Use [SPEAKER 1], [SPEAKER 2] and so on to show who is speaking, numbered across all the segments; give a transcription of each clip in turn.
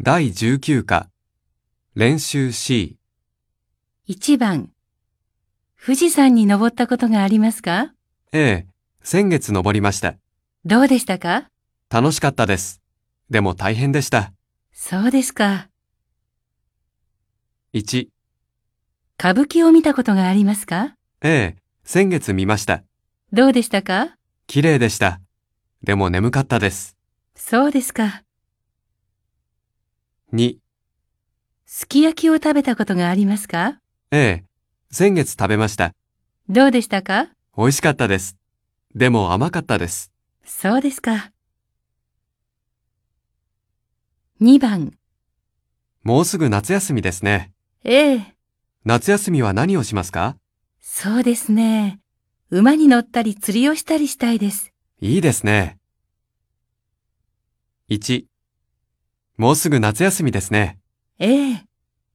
[SPEAKER 1] 第19課、練習 C、
[SPEAKER 2] 1番富士山に登ったことがありますか
[SPEAKER 1] A、先月登りました。
[SPEAKER 2] どうでしたか
[SPEAKER 1] 楽しかったです。でも大変でした。
[SPEAKER 2] そうですか。
[SPEAKER 1] 1、
[SPEAKER 2] 歌舞伎を見たことがありますか
[SPEAKER 1] A、先月見ました。
[SPEAKER 2] どうでしたか
[SPEAKER 1] 綺麗でした。でも眠かったです。
[SPEAKER 2] そうですか。
[SPEAKER 1] 2、
[SPEAKER 2] すき焼きを食べたことがありますか
[SPEAKER 1] A、先月食べました。
[SPEAKER 2] どうでしたか
[SPEAKER 1] 美味しかったです。でも甘かったです。
[SPEAKER 2] そうですか。2番
[SPEAKER 1] もうすぐ夏休みですね。
[SPEAKER 2] ええ、
[SPEAKER 1] 夏休みは何をしますか
[SPEAKER 2] そうですね。馬に乗ったり釣りをしたりしたいです。
[SPEAKER 1] いいですね。1、もうすぐ夏休みですね。
[SPEAKER 2] ええ、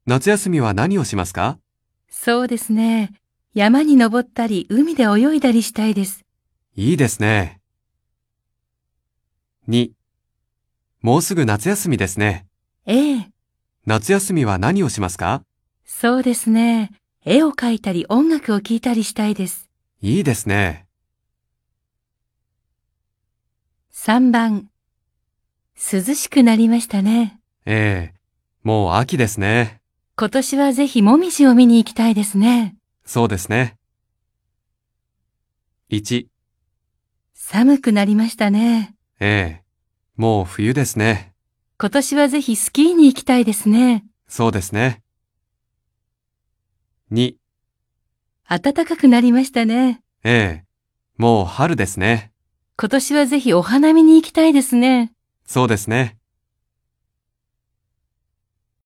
[SPEAKER 1] 夏休みは何をしますか
[SPEAKER 2] そうですね。山に登ったり海で泳いだりしたいです。
[SPEAKER 1] いいですね。2. もうすぐ夏休みですね。
[SPEAKER 2] ええ。
[SPEAKER 1] 夏休みは何をしますか
[SPEAKER 2] そうですね。絵を描いたり音楽を聴いたりしたいです。
[SPEAKER 1] いいですね。
[SPEAKER 2] 3番。涼しくなりましたね。
[SPEAKER 1] ええもう秋ですね。
[SPEAKER 2] 今年はぜひもみじを見に行きたいですね。
[SPEAKER 1] そうですね。1.
[SPEAKER 2] 寒くなりましたね。
[SPEAKER 1] ええもう冬ですね。
[SPEAKER 2] 今年はぜひスキーに行きたいですね。
[SPEAKER 1] そうですね。2.
[SPEAKER 2] 暖かくなりましたね。
[SPEAKER 1] ええもう春ですね。
[SPEAKER 2] 今年はぜひお花見に行きたいですね。
[SPEAKER 1] そうですね。